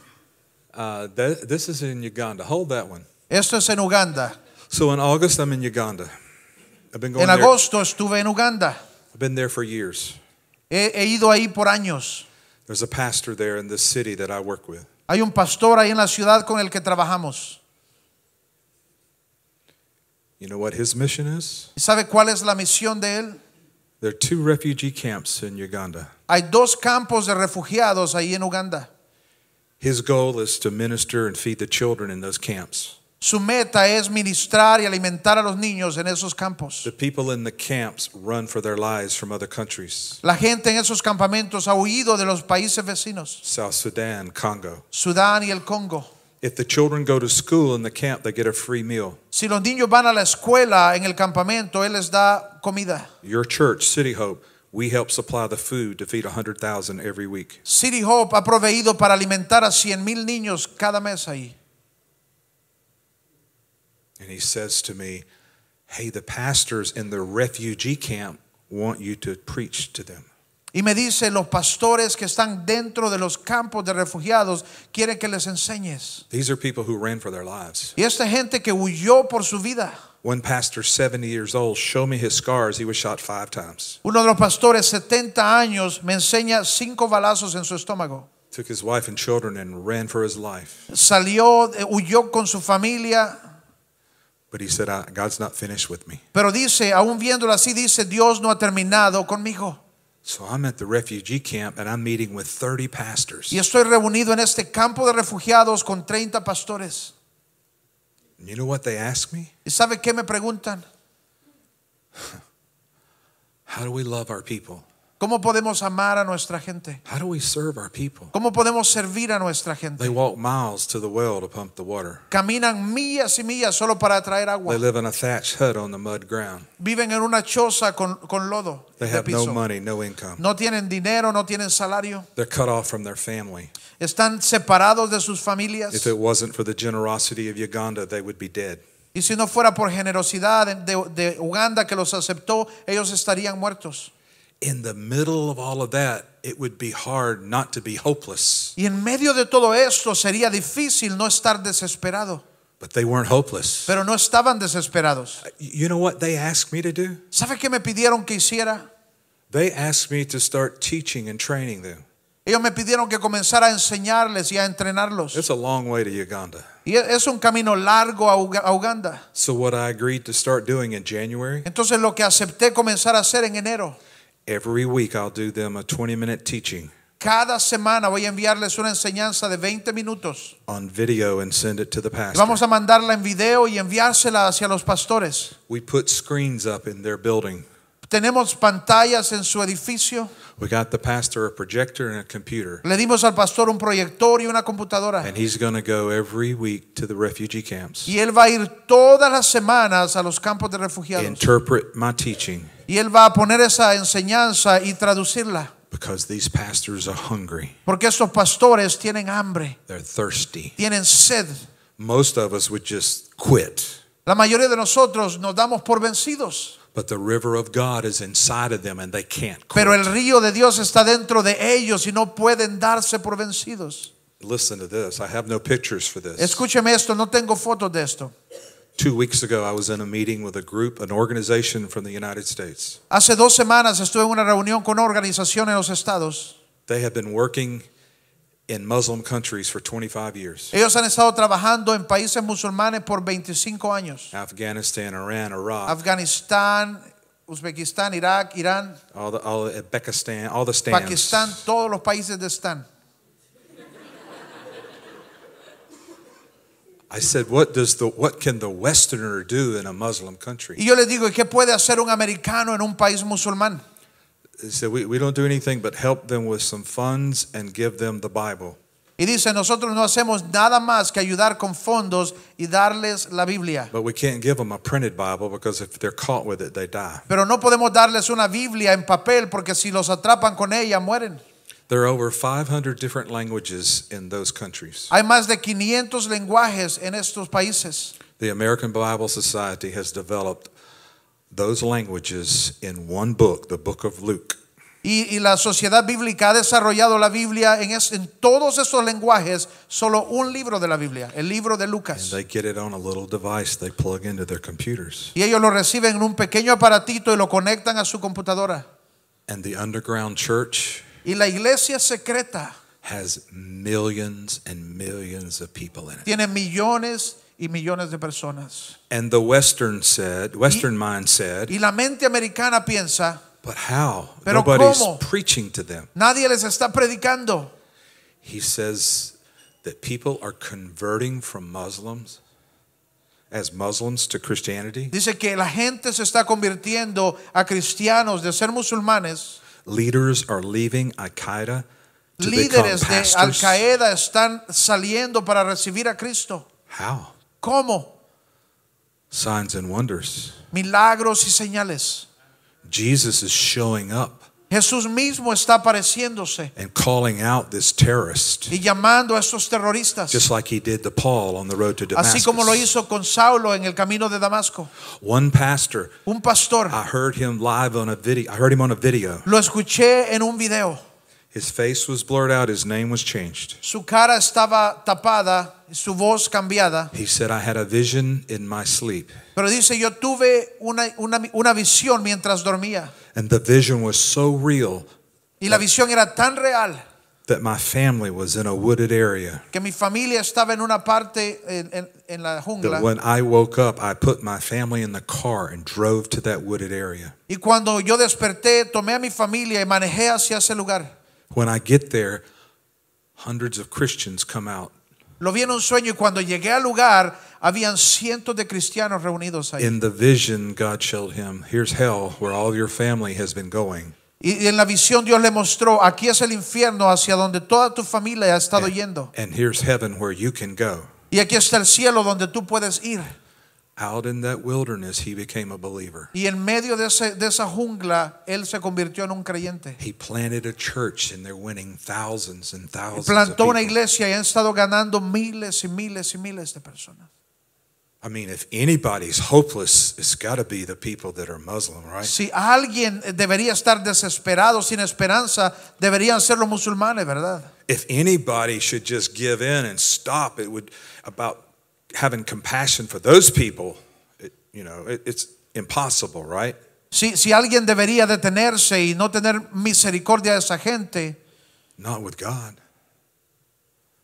A: Uh, that, this is in Uganda. Hold that one.
B: Esto es en Uganda.
A: So in August, I'm in Uganda. I've been going
B: En
A: there.
B: agosto estuve en Uganda.
A: I've been there for years.
B: He, he ido ahí por años.
A: There's a pastor there in this city that I work with.
B: Hay un pastor ahí en la ciudad con el que trabajamos.
A: You know what his mission is?
B: ¿Y sabe cuál es la misión de él?
A: There are two refugee camps in Uganda.
B: Hay dos campos de refugiados ahí en Uganda.
A: His goal is to minister and feed the children in those camps.
B: Su meta es ministrar y alimentar a los niños en esos campos.
A: The people in the camps run for their lives from other countries
B: La gente en esos campamentos ha huido de los países vecinos,
A: South Sudan, Congo.
B: Sudán y el Congo.
A: If the children go to school in the camp, they get a free meal.
B: Si los niños van a la escuela en el campamento, Él les da comida.
A: Your church, City Hope, we help supply the food to feed 100,000 every week.
B: City Hope ha proveído para alimentar a 100 mil niños cada mes ahí.
A: And he says to me, Hey, the pastors in the refugee camp want you to preach to them.
B: Y me dice, los pastores que están dentro de los campos de refugiados quieren que les enseñes.
A: These are people who ran for their lives.
B: Y esta gente que huyó por su vida,
A: One pastor, 70 years old, showed me his scars. He was shot five times.
B: uno de los pastores, 70 años, me enseña cinco balazos en su estómago.
A: took his wife and children and ran for his life.
B: Salió, eh, huyó con su familia,
A: But he said, I, God's not finished with me.
B: pero dice, aún viéndolo así, dice, Dios no ha terminado conmigo.
A: So I'm at the refugee camp and I'm meeting with 30 pastors.
B: Y estoy reunido en este campo de refugiados con 30 pastores.
A: And you know what they asked me?
B: ¿Y sabe qué me preguntan?
A: How do we love our people?
B: ¿Cómo podemos amar a nuestra gente?
A: How do we serve our people?
B: ¿Cómo podemos servir a nuestra
A: They
B: gente?
A: walk miles to the well to pump the water.
B: Caminan millas y millas solo para traer agua.
A: They live in a thatched hut on the mud ground.
B: Viven en una choza con, con lodo
A: They
B: de
A: have no
B: piso.
A: money, no income.
B: No tienen dinero, no tienen salario.
A: They're cut off from their family.
B: Están separados de sus familias.
A: If it wasn't for the generosity of Uganda, they would be dead.
B: Y si no fuera por generosidad de, de- de Uganda que los aceptó, ellos estarían muertos.
A: In the middle of all of that, it would be hard not to be hopeless.
B: Y en medio de todo esto sería difícil no estar desesperado.
A: But they weren't hopeless.
B: Pero no estaban desesperados.
A: You know what they asked me to do?
B: ¿Sabe qué me pidieron que hiciera?
A: They asked me to start teaching and training them.
B: Ellos me pidieron que comenzara a enseñarles y a entrenarlos.
A: It's a long way to Uganda.
B: Y es- es un camino largo a Uga- a Uganda.
A: So, what I agreed to start doing in January,
B: Entonces lo que acepté comenzar a hacer en enero.
A: every week I'll do them a 20 minute teaching
B: Cada semana voy a enviarles una enseñanza de 20 minutos.
A: on video and send it to the
B: Y Vamos
A: pastor.
B: a mandarla en video y enviársela hacia los pastores.
A: We put screens up in their building.
B: Tenemos pantallas en su edificio.
A: We got the pastor a projector and a computer,
B: Le dimos al pastor un proyector y una computadora.
A: and he's going to go every week to the refugee camps,
B: Y él va a ir todas las semanas a los campos de refugiados.
A: interpret my teaching
B: Y él va a poner esa enseñanza y traducirla.
A: because these pastors are hungry.
B: Porque estos pastores tienen hambre,
A: They're thirsty.
B: tienen sed.
A: Most of us would just quit,
B: La mayoría de nosotros nos damos por vencidos.
A: but the river of God is inside of them and they can't quit.
B: Pero el río de Dios está dentro de ellos y no pueden darse por vencidos.
A: Listen to this. I have no pictures for this.
B: Escúcheme esto, no tengo fotos de esto.
A: Two weeks ago, I was in a meeting with a group, an organization from the United States.
B: Hace dos semanas estuve en una reunión con una organización en los estados.
A: They have been working in Muslim countries for 25 years
B: Ellos han estado trabajando en países musulmanes por 25 años.
A: Afghanistan, Iran, Iraq,
B: Afganistán, Uzbekistán, Irak, Irán,
A: all the, all the, Pakistan, all the stands.
B: Pakistán, todos los países de Stan.
A: I said, what, does the, what can the Westerner do in a Muslim country?
B: Y yo les digo, ¿y qué puede hacer un americano en un país musulmán?
A: They said, we, we don't do anything but help them with some funds and give them the Bible.
B: Y dice, nosotros no hacemos nada más que ayudar con fondos y darles la Biblia.
A: But we can't give them a printed Bible because if they're caught with it, they die.
B: Pero no podemos darles una Biblia en papel porque si los atrapan con ella mueren.
A: There are over 500 different languages in those countries.
B: Hay más de 500 lenguajes en estos países.
A: The American Bible Society has developed those languages in one book, the book of Luke.
B: Y, y la sociedad bíblica ha desarrollado la Biblia en, es- en todos esos lenguajes, solo un libro de la Biblia, el libro de Lucas.
A: They get it on a little device they plug into their computers.
B: Y ellos lo reciben en un pequeño aparatito y lo conectan a su computadora.
A: And the underground church
B: Y la iglesia secreta
A: has millions and millions of people in it.
B: tiene millones y millones de personas.
A: And the Western said, Western mind said,
B: Y la mente americana piensa,
A: but how?
B: Pero
A: Nobody's
B: ¿cómo?
A: preaching to them.
B: nadie les está predicando.
A: He says that people are converting from Muslims as Muslims to Christianity.
B: Dice que la gente se está convirtiendo a cristianos de ser musulmanes.
A: Leaders are leaving Al Qaeda to become
B: Líderes de Al
A: pastors.
B: Qaeda están saliendo para recibir a Cristo.
A: How?
B: ¿Cómo?
A: Signs and wonders.
B: Milagros y señales.
A: Jesus is showing up
B: Jesús mismo está apareciéndose
A: and calling out this terrorist,
B: y llamando a estos terroristas.
A: just like he did to Paul on the road to
B: Así como lo
A: Damascus.
B: hizo con Saulo en el camino de Damasco.
A: One pastor,
B: Un pastor.
A: I heard him live on a video. I heard him on a video.
B: Lo escuché en un video.
A: His face was blurred out. His name was changed.
B: Su cara estaba tapada, su voz cambiada.
A: He said, "I had a vision in my sleep,
B: Pero dice, yo tuve una, una, una visión mientras dormía.
A: and the vision was so real
B: Y la visión era tan real
A: that my family was in a wooded area.
B: que mi familia estaba en una parte en, en- en la jungla.
A: That when I woke up, I put my family in the car and drove to that wooded area.
B: Y cuando yo desperté, tomé a mi familia y manejé hacia ese lugar.
A: When I get there, hundreds of Christians come out
B: Lo vi en un sueño y cuando llegué al lugar, habían cientos de cristianos reunidos ahí.
A: In the vision, God showed him, here's hell where all your family has been going.
B: Y en la visión Dios le mostró, aquí es el infierno hacia donde toda tu familia ha estado yendo.
A: And here's heaven where you can go.
B: Y aquí está el cielo donde tú puedes ir.
A: Out in that wilderness, he became a believer.
B: Y en medio de, ese- de esa jungla, él se convirtió en un creyente.
A: He planted a church and they're winning thousands and thousands. of
B: Plantó una
A: people.
B: iglesia y han estado ganando miles y miles y miles de personas.
A: I mean, if anybody's hopeless, it's got to be the people that are Muslim, right?
B: Si alguien debería estar desesperado, sin esperanza, deberían ser los musulmanes, ¿verdad?
A: If anybody should just give in and stop, it would about having compassion for those people. It, you know, it, it's impossible, right?
B: Si, si alguien debería detenerse y no tener misericordia de esa gente,
A: Not with God.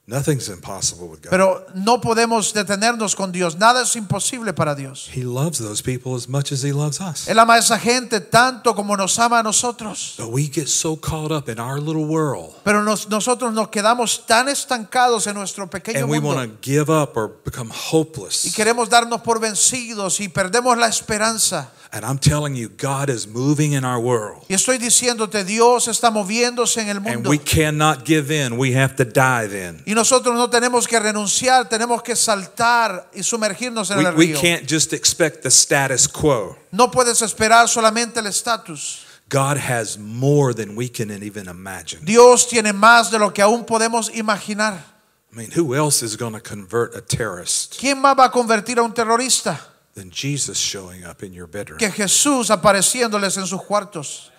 A: Nothing's impossible with God.
B: pero no podemos detenernos con Dios. Nada es imposible para Dios.
A: he loves those people as much as he loves us.
B: Él ama a esa gente tanto como nos ama a nosotros.
A: But we get so caught up in our little world
B: Pero nos- nosotros nos quedamos tan estancados en nuestro pequeño
A: and we want
B: mundo
A: to give up or become
B: y
A: hopeless.
B: queremos darnos por vencidos y perdemos la esperanza.
A: And I'm telling you, God is moving in our world.
B: Y estoy diciéndote, Dios está moviéndose en el
A: And
B: mundo.
A: we cannot give in. We have to dive in.
B: Y nosotros no tenemos que renunciar, tenemos que saltar y sumergirnos en
A: We,
B: el
A: we
B: río.
A: can't just expect the status quo.
B: No puedes esperar solamente el estatus.
A: God has more than we can even imagine.
B: Dios tiene más de lo que aún podemos imaginar.
A: I mean, who else is going to convert a terrorist
B: ¿Quién más va a convertir a un terrorista
A: than Jesus showing up in your bedroom?
B: que Jesús apareciéndoles en sus cuartos?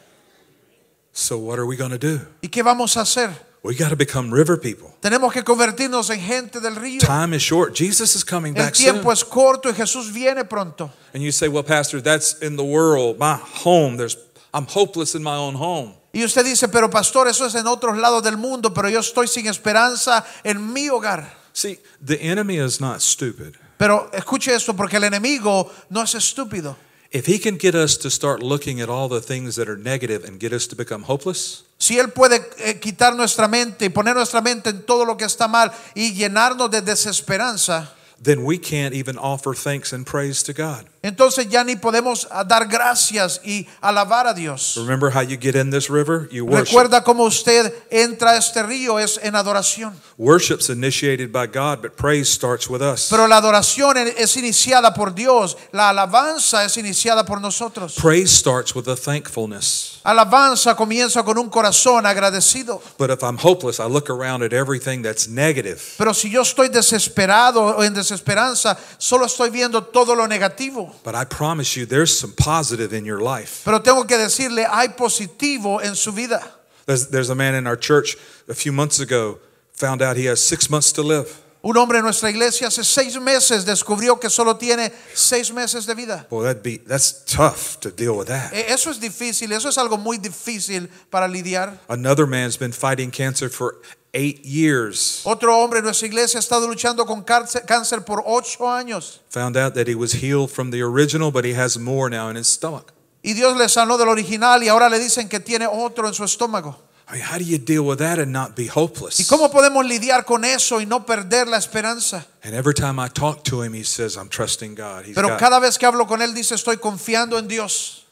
A: So, what are we going to do?
B: ¿Y qué vamos a hacer?
A: We got to become river people.
B: Tenemos que convertirnos en gente del río.
A: Time is short. Jesus is coming
B: El
A: back soon.
B: tiempo es corto y Jesús viene pronto.
A: And you say, "Well, pastor, that's in the world. My home, there's I'm hopeless in my own home."
B: Y usted dice, pero pastor, eso es en otros lados del mundo, pero yo estoy sin esperanza en mi hogar.
A: See, the enemy is not stupid.
B: Pero escuche esto, porque el enemigo no es estúpido.
A: If he can get us to start looking at all the things that are negative and get us to become hopeless,
B: Si Él puede eh, quitar nuestra mente y poner nuestra mente en todo lo que está mal y llenarnos de desesperanza,
A: then we can't even offer thanks and praise to God.
B: entonces ya ni podemos ah, dar gracias y alabar a Dios.
A: Remember how you get in this river? You worship.
B: Recuerda cómo usted entra a este río es en adoración,
A: Worship's initiated by God, but praise starts with us.
B: pero la adoración es- es iniciada por Dios, la alabanza es iniciada por nosotros.
A: Praise starts with a thankfulness.
B: Alabanza comienza con un corazón agradecido,
A: But if I'm hopeless, I look around at everything that's negative.
B: pero si yo estoy desesperado o en desesperanza, solo estoy viendo todo lo negativo.
A: But I promise you, there's some positive in your life.
B: Pero tengo que decirle, hay positivo en su vida.
A: There's, there's a man in our church a few months ago found out he has six months to live.
B: Un hombre en nuestra iglesia hace seis meses descubrió que solo tiene seis meses de vida.
A: Boy, that'd be that's tough to deal with that.
B: E- Eso es difícil, eso es algo muy difícil para lidiar.
A: Another man's been fighting cancer for eight years.
B: Otro hombre en nuestra iglesia ha estado luchando con cárce- cáncer por ocho años
A: Found out that he was healed from the original, but he has more now in his stomach.
B: y Dios le sanó del original y ahora le dicen que tiene otro en su estómago.
A: I mean, how do you deal with that and not be hopeless?
B: ¿Y cómo podemos lidiar con eso y no perder la esperanza?
A: And every time I talk to him, he says, "I'm trusting God." He's
B: Pero
A: got-
B: cada vez que hablo con él dice, estoy confiando en Dios.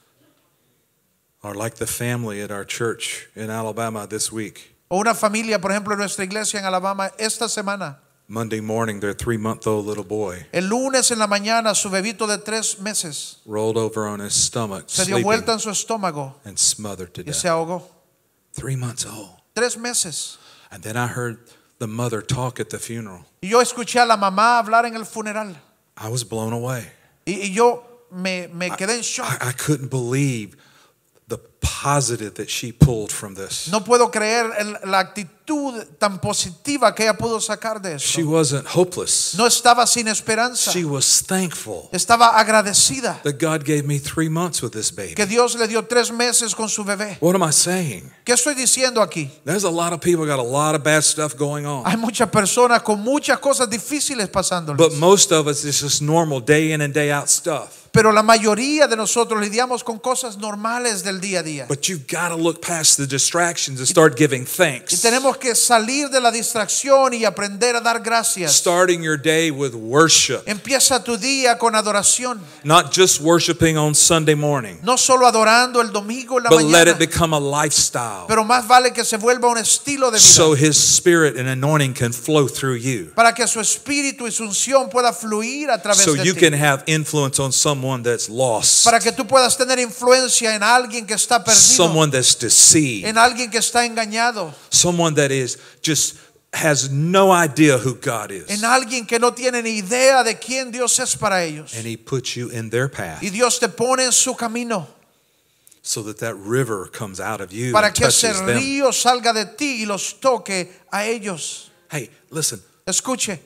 A: or like the family at our church in Alabama this week.
B: O una familia, por ejemplo, en nuestra iglesia en Alabama, esta semana
A: Monday morning, their three-month-old little boy
B: El lunes en la mañana su bebito de tres meses
A: rolled over on his stomach,
B: se dio
A: sleeping.
B: vuelta en su estómago
A: and smothered to
B: y
A: death.
B: se ahogó.
A: Three months old.
B: Tres meses.
A: And then I heard the mother talk at the funeral.
B: Y yo escuché a la mamá hablar en el funeral
A: I was blown away.
B: y, y yo me, me quedé en
A: I,
B: shock.
A: I couldn't believe the positive that she pulled from this.
B: No puedo creer el- la actitud tan positiva que ella pudo sacar de
A: She
B: eso.
A: wasn't hopeless.
B: No estaba sin esperanza.
A: She was thankful
B: Estaba agradecida
A: that God gave me three months with this
B: que
A: baby.
B: Dios le dio tres meses con su bebé.
A: What am I saying?
B: ¿Qué estoy diciendo aquí?
A: There's a lot of people got a lot of bad stuff going on.
B: Hay muchas personas con muchas cosas difíciles pasándoles.
A: But most of us, it's just normal day in and day out stuff.
B: Pero la mayoría de nosotros lidiamos con cosas normales del día a día.
A: But you've got to look past the distractions and start giving
B: Y
A: thanks.
B: tenemos que salir de la distracción y aprender a dar gracias.
A: Starting your day with worship,
B: Empieza tu día con adoración,
A: not just worshiping on Sunday morning,
B: no solo adorando el domingo en la
A: but let it
B: mañana,
A: become a lifestyle.
B: pero más vale que se vuelva un estilo de vida
A: so his spirit and anointing can flow through you
B: para que su espíritu y su unción pueda fluir a través
A: so
B: de
A: you
B: ti.
A: can have influence on someone that's lost
B: para que tú puedas tener influencia en alguien que está perdido,
A: someone that's deceived
B: en alguien que está engañado,
A: someone that is just has no idea who god is
B: en alguien que no tiene ni idea de quién Dios es para ellos.
A: and he puts you in their path
B: Y Dios te pone en su camino
A: so that that river comes out of you
B: para
A: and
B: que ese
A: touches them
B: río salga de ti y los toque a ellos.
A: hey listen
B: Escuche,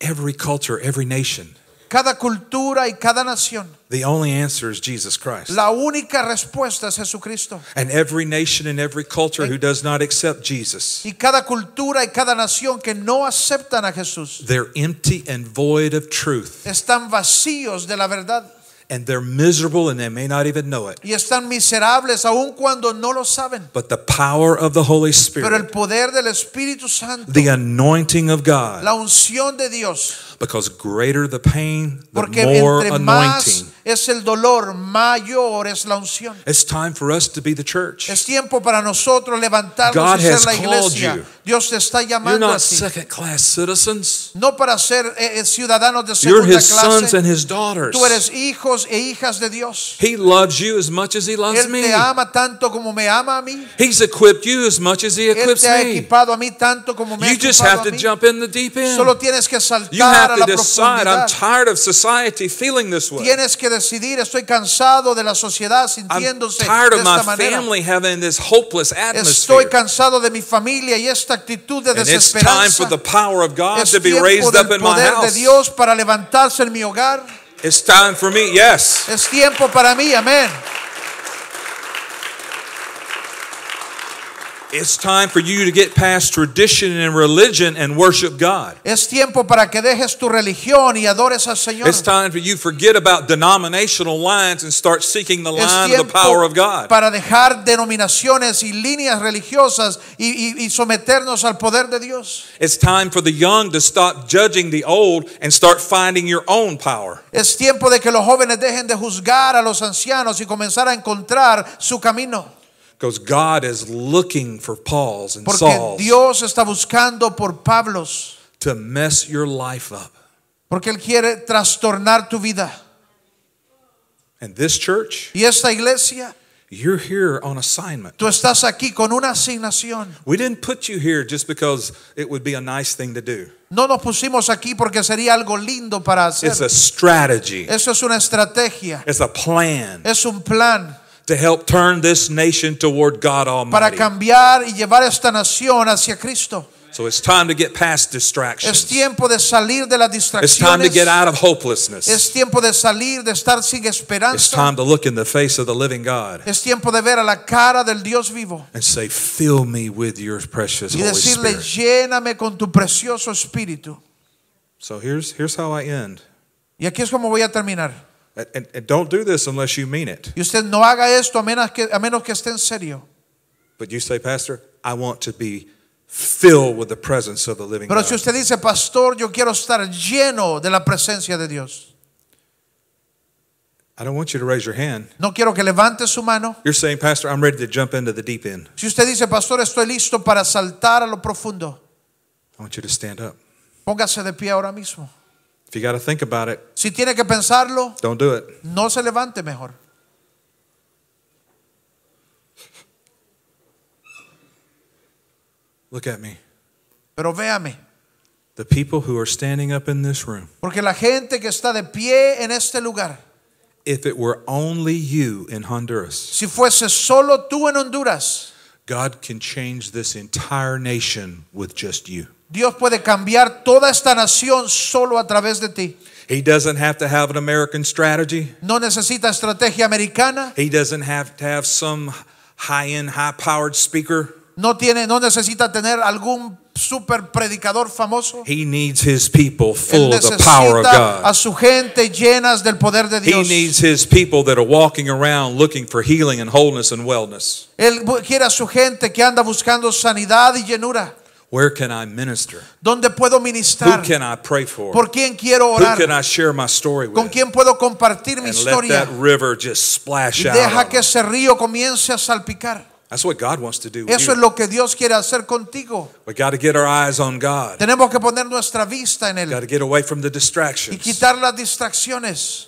A: every culture every nation
B: cada cultura y cada nación,
A: the only answer is jesus christ
B: la única respuesta es Jesucristo.
A: and every nation and every culture who does not accept jesus
B: Y cada cultura y cada nación que no aceptan a Jesús
A: they're empty and void of truth
B: están vacíos de la verdad
A: and they're miserable and they may not even know it.
B: y están miserables aun cuando no lo saben.
A: But the power of the Holy
B: Pero el
A: Spirit,
B: poder del Espíritu Santo,
A: the anointing of God,
B: la unción de Dios,
A: because greater the pain, the
B: porque
A: more
B: entre más
A: anointing.
B: es el dolor, mayor es la unción.
A: It's time for us to be the church.
B: Es tiempo para nosotros
A: God
B: levantarnos y ser
A: has
B: la
A: called you.
B: iglesia. Dios te está
A: You're
B: llamando a
A: not
B: ti.
A: second class citizens,
B: No para ser eh, eh, ciudadanos de
A: you're
B: segunda
A: His sons
B: clase.
A: and His daughters.
B: Tú eres hijos e hijas de Dios.
A: He loves you as much as He loves
B: Él
A: me.
B: te ama tanto como me ama a mí.
A: He's equipped you as much as He
B: Él
A: equips
B: te ha
A: me.
B: equipado a mí tanto como me ha
A: You just
B: equipado
A: have
B: a
A: to
B: mí.
A: jump in the deep
B: Solo
A: end.
B: tienes que
A: You
B: saltar a
A: have to
B: la
A: decide, I'm
B: profundidad.
A: tired of society feeling this way.
B: Tienes que decidir, estoy cansado de la sociedad
A: I'm
B: sintiéndose
A: tired
B: de
A: of my
B: esta manera.
A: family having this hopeless
B: Estoy
A: atmosphere.
B: cansado de mi familia y esta actitud de
A: And it's time for
B: desesperanza.
A: the power of God
B: Es
A: to be
B: tiempo
A: raised
B: del
A: up in my
B: poder de
A: house.
B: Dios para levantarse en mi hogar.
A: It's time for me, yes.
B: Es tiempo para mí, amén.
A: It's time for you to get past tradition and religion and worship God.
B: Es tiempo para que dejes tu religión y adores al Señor.
A: It's time for you forget about denominational lines and start seeking the
B: Es
A: line of the power of
B: tiempo
A: God.
B: para dejar denominaciones y líneas religiosas y, y- y someternos al poder de Dios.
A: It's time for the young to stop judging the old and start finding your own power.
B: Es tiempo de que los jóvenes dejen de juzgar a los ancianos y comenzar a encontrar su camino.
A: Because God is looking for Pauls and
B: Porque
A: Sauls
B: Dios está buscando por Pablos.
A: to mess your life up.
B: Porque Él quiere trastornar tu vida.
A: And this church,
B: Y esta iglesia,
A: you're here on assignment.
B: tú estás aquí con una asignación.
A: We didn't put you here just because it would be a nice thing to do.
B: No nos pusimos aquí porque sería algo lindo para
A: It's
B: hacer.
A: a strategy,
B: Eso es una estrategia.
A: it's a plan
B: Es un plan
A: to help turn this nation toward God
B: para
A: Almighty.
B: cambiar y llevar esta nación hacia Cristo.
A: So it's time to get past
B: Es
A: distractions.
B: tiempo de salir de las
A: It's time to
B: distracciones.
A: get out of hopelessness.
B: Es tiempo de salir, de estar sin
A: It's
B: esperanza.
A: time to look in the face of the living God
B: Es tiempo de ver a la cara del Dios vivo
A: and say, Fill me with your precious
B: y
A: Holy Spirit.
B: decirle, lléname con tu precioso espíritu.
A: So here's, here's how I end.
B: Y aquí es como voy a terminar.
A: And, and- and don't do this unless you mean it.
B: Y usted no haga esto a menos que, a menos que esté en serio.
A: But you say, Pastor, I want to be filled with the presence of the living
B: Pero si
A: God.
B: usted dice, pastor, yo quiero estar lleno de la presencia de Dios.
A: I don't want you to raise your hand.
B: No quiero que levante su mano.
A: You're saying, Pastor, I'm ready to jump into the deep end.
B: Si usted dice, pastor, estoy listo para saltar a lo profundo,
A: I want you to stand up.
B: póngase de pie ahora mismo.
A: If you got to think about it,
B: Si tiene que pensarlo,
A: don't do it.
B: no se levante mejor.
A: Look at me.
B: Pero véame.
A: The people who are standing up in this room,
B: Porque la gente que está de pie en este lugar,
A: if it were only you in Honduras,
B: si fuese solo tú en Honduras,
A: God can change this entire nation with just you.
B: Dios puede cambiar toda esta nación solo a través de ti.
A: He doesn't have to have an American strategy,
B: No necesita estrategia americana,
A: He doesn't have to have some high end, high powered speaker.
B: no tiene no necesita tener algún super predicador famoso.
A: He needs his people
B: Él
A: full of the power of
B: necesita a
A: God.
B: su gente llenas del poder de
A: He
B: Dios.
A: needs his people that are walking around looking for healing and wholeness and wellness.
B: Él bu- quiere a su gente que anda buscando sanidad y llenura.
A: Where can I minister?
B: ¿Dónde puedo
A: Who
B: ministrar?
A: can I pray for?
B: ¿Por quién quiero
A: Who can
B: orar?
A: I share my story
B: ¿Con
A: with?
B: quién puedo compartir mi
A: And let that
B: historia?
A: river just
B: Y
A: splash out.
B: deja
A: on
B: que
A: them.
B: ese río comience a salpicar.
A: That's what God wants to do. With
B: Eso es
A: you.
B: lo que Dios quiere hacer contigo.
A: We got to get our eyes on God.
B: Tenemos que poner nuestra vista en
A: Got
B: Él
A: to get away from the
B: y
A: distractions
B: quitar las distracciones,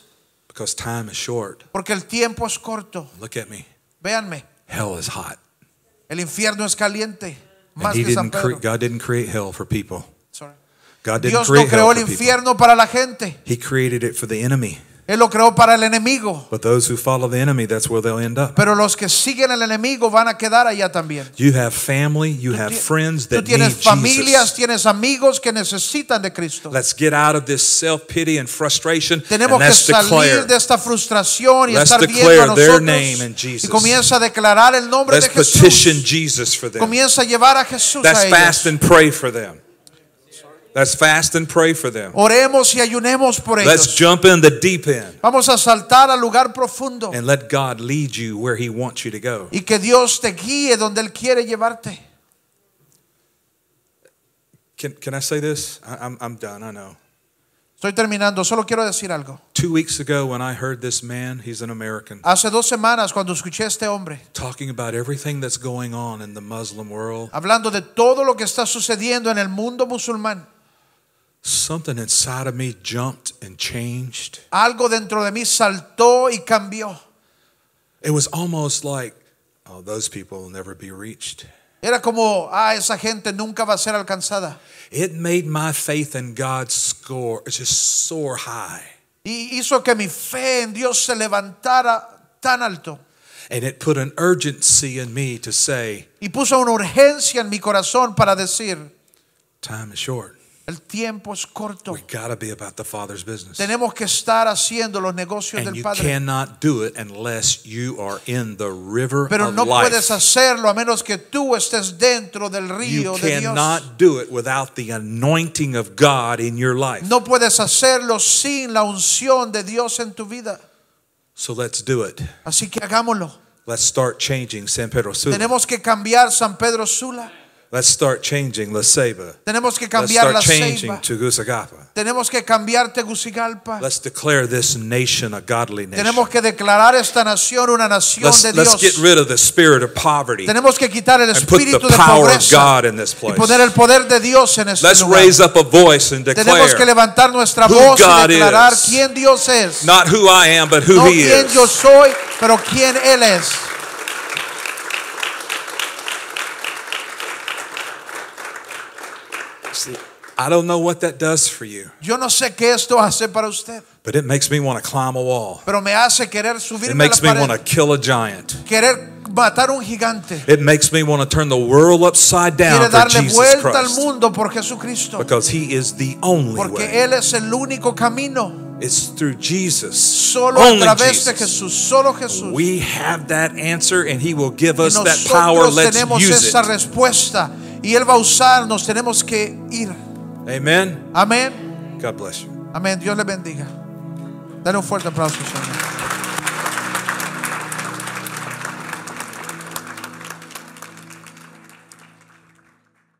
A: because time is short.
B: porque el tiempo es corto.
A: Look at me.
B: Véanme,
A: Hell is hot.
B: el infierno es caliente,
A: And
B: más
A: he
B: que San
A: didn't cre-
B: Pedro.
A: God didn't create hell for people.
B: Sorry.
A: God didn't
B: Dios no
A: create
B: creó
A: hell
B: el
A: for people.
B: infierno para la gente,
A: He created it for the enemy.
B: Él lo creó para el enemigo.
A: But those who follow the enemy, that's where they'll end up.
B: Pero los que siguen al enemigo van a quedar allá también.
A: You have family, you have
B: ti-
A: friends
B: Tú
A: that
B: tienes
A: need
B: familias,
A: Jesus.
B: tienes amigos que necesitan de Cristo.
A: Let's get out of this self-pity and frustration and
B: Tenemos que
A: let's declare.
B: salir de esta frustración y
A: Let's
B: estar viendo a
A: declare their
B: nosotros
A: name in
B: y
A: Jesus.
B: comienza a declarar el nombre
A: Let's
B: de Jesús.
A: petition Jesus for them.
B: Comienza a llevar a Jesús
A: Let's
B: a ellos.
A: fast and pray for them. Let's fast and pray for them.
B: Oremos y ayunemos por
A: Let's
B: ellos.
A: jump in the deep end
B: Vamos a saltar al lugar profundo
A: and let God lead you where He wants you to go.
B: y que Dios te guíe donde Él quiere llevarte.
A: Can, can I say this? I, I'm, I'm done, I know.
B: Estoy terminando, solo quiero decir algo.
A: Two weeks ago, when I heard this man, he's an American,
B: Hace dos semanas cuando escuché a este hombre
A: talking about everything that's going on in the Muslim world,
B: hablando de todo lo que está sucediendo en el mundo musulmán,
A: something inside of me jumped and changed.
B: algo dentro de mí saltó y cambió.
A: It was almost like, oh, those people will never be reached.
B: Era como, ah, esa gente nunca va a ser alcanzada.
A: It made my faith in God score just soar high.
B: Y hizo que mi fe en Dios se levantara tan alto.
A: And it put an urgency in me to say,
B: Y puso una urgencia en mi corazón para decir,
A: time is short.
B: el tiempo es corto.
A: We gotta be about the Father's business.
B: Tenemos que estar haciendo los negocios
A: And
B: del
A: you
B: Padre.
A: cannot do it unless you are in the river
B: Pero
A: of
B: no
A: life.
B: puedes hacerlo a menos que tú estés dentro del
A: you
B: río de Dios.
A: cannot do it without the anointing of God in your life.
B: No puedes hacerlo sin la unción de Dios en tu vida.
A: So let's do it.
B: Así que hagámoslo.
A: Let's start changing San Pedro Sula.
B: Tenemos que cambiar San Pedro Sula.
A: Let's start changing La Ceiba.
B: Tenemos que
A: Let's
B: cambiar La
A: start changing
B: Ceiba.
A: Tegucigalpa.
B: Tenemos que cambiar Tegucigalpa.
A: Let's declare this nation a godly nation.
B: Tenemos que declarar esta nación una nación
A: Let's,
B: de
A: let's
B: Dios.
A: get rid of the spirit of poverty
B: Tenemos que quitar el
A: and put the
B: espíritu de
A: power of
B: pobreza
A: God in this
B: y
A: place.
B: poner el poder de Dios en este
A: Let's
B: lugar.
A: raise up a voice and
B: Tenemos que
A: declare
B: levantar nuestra
A: who
B: voz y
A: God
B: declarar
A: is.
B: quién Dios es.
A: not who I am, but who
B: no
A: He
B: quién
A: is.
B: yo soy, pero quién Él es.
A: See, I don't know what that does for you,
B: Yo no sé qué esto hace para usted,
A: but it makes me want to climb a wall.
B: pero me hace querer
A: It
B: subirme a la
A: makes me want to
B: pared,
A: kill a giant.
B: querer matar un gigante,
A: It makes me want to turn the world upside
B: quiere
A: down for
B: darle
A: Jesus
B: vuelta al
A: Christ
B: mundo por Jesucristo,
A: because He is the only
B: porque
A: way.
B: Él es el único camino,
A: It's through Jesus,
B: solo a
A: only
B: través de
A: Jesus.
B: Jesús, solo Jesús.
A: We have that answer, and He will give
B: Y
A: us that power.
B: nosotros
A: Let's
B: tenemos
A: use
B: esa
A: it.
B: respuesta y Él va a usarnos, tenemos que ir.
A: Amen.
B: Amén,
A: God bless you.
B: amén, Dios le bendiga. Dale un fuerte aplauso. al Señor.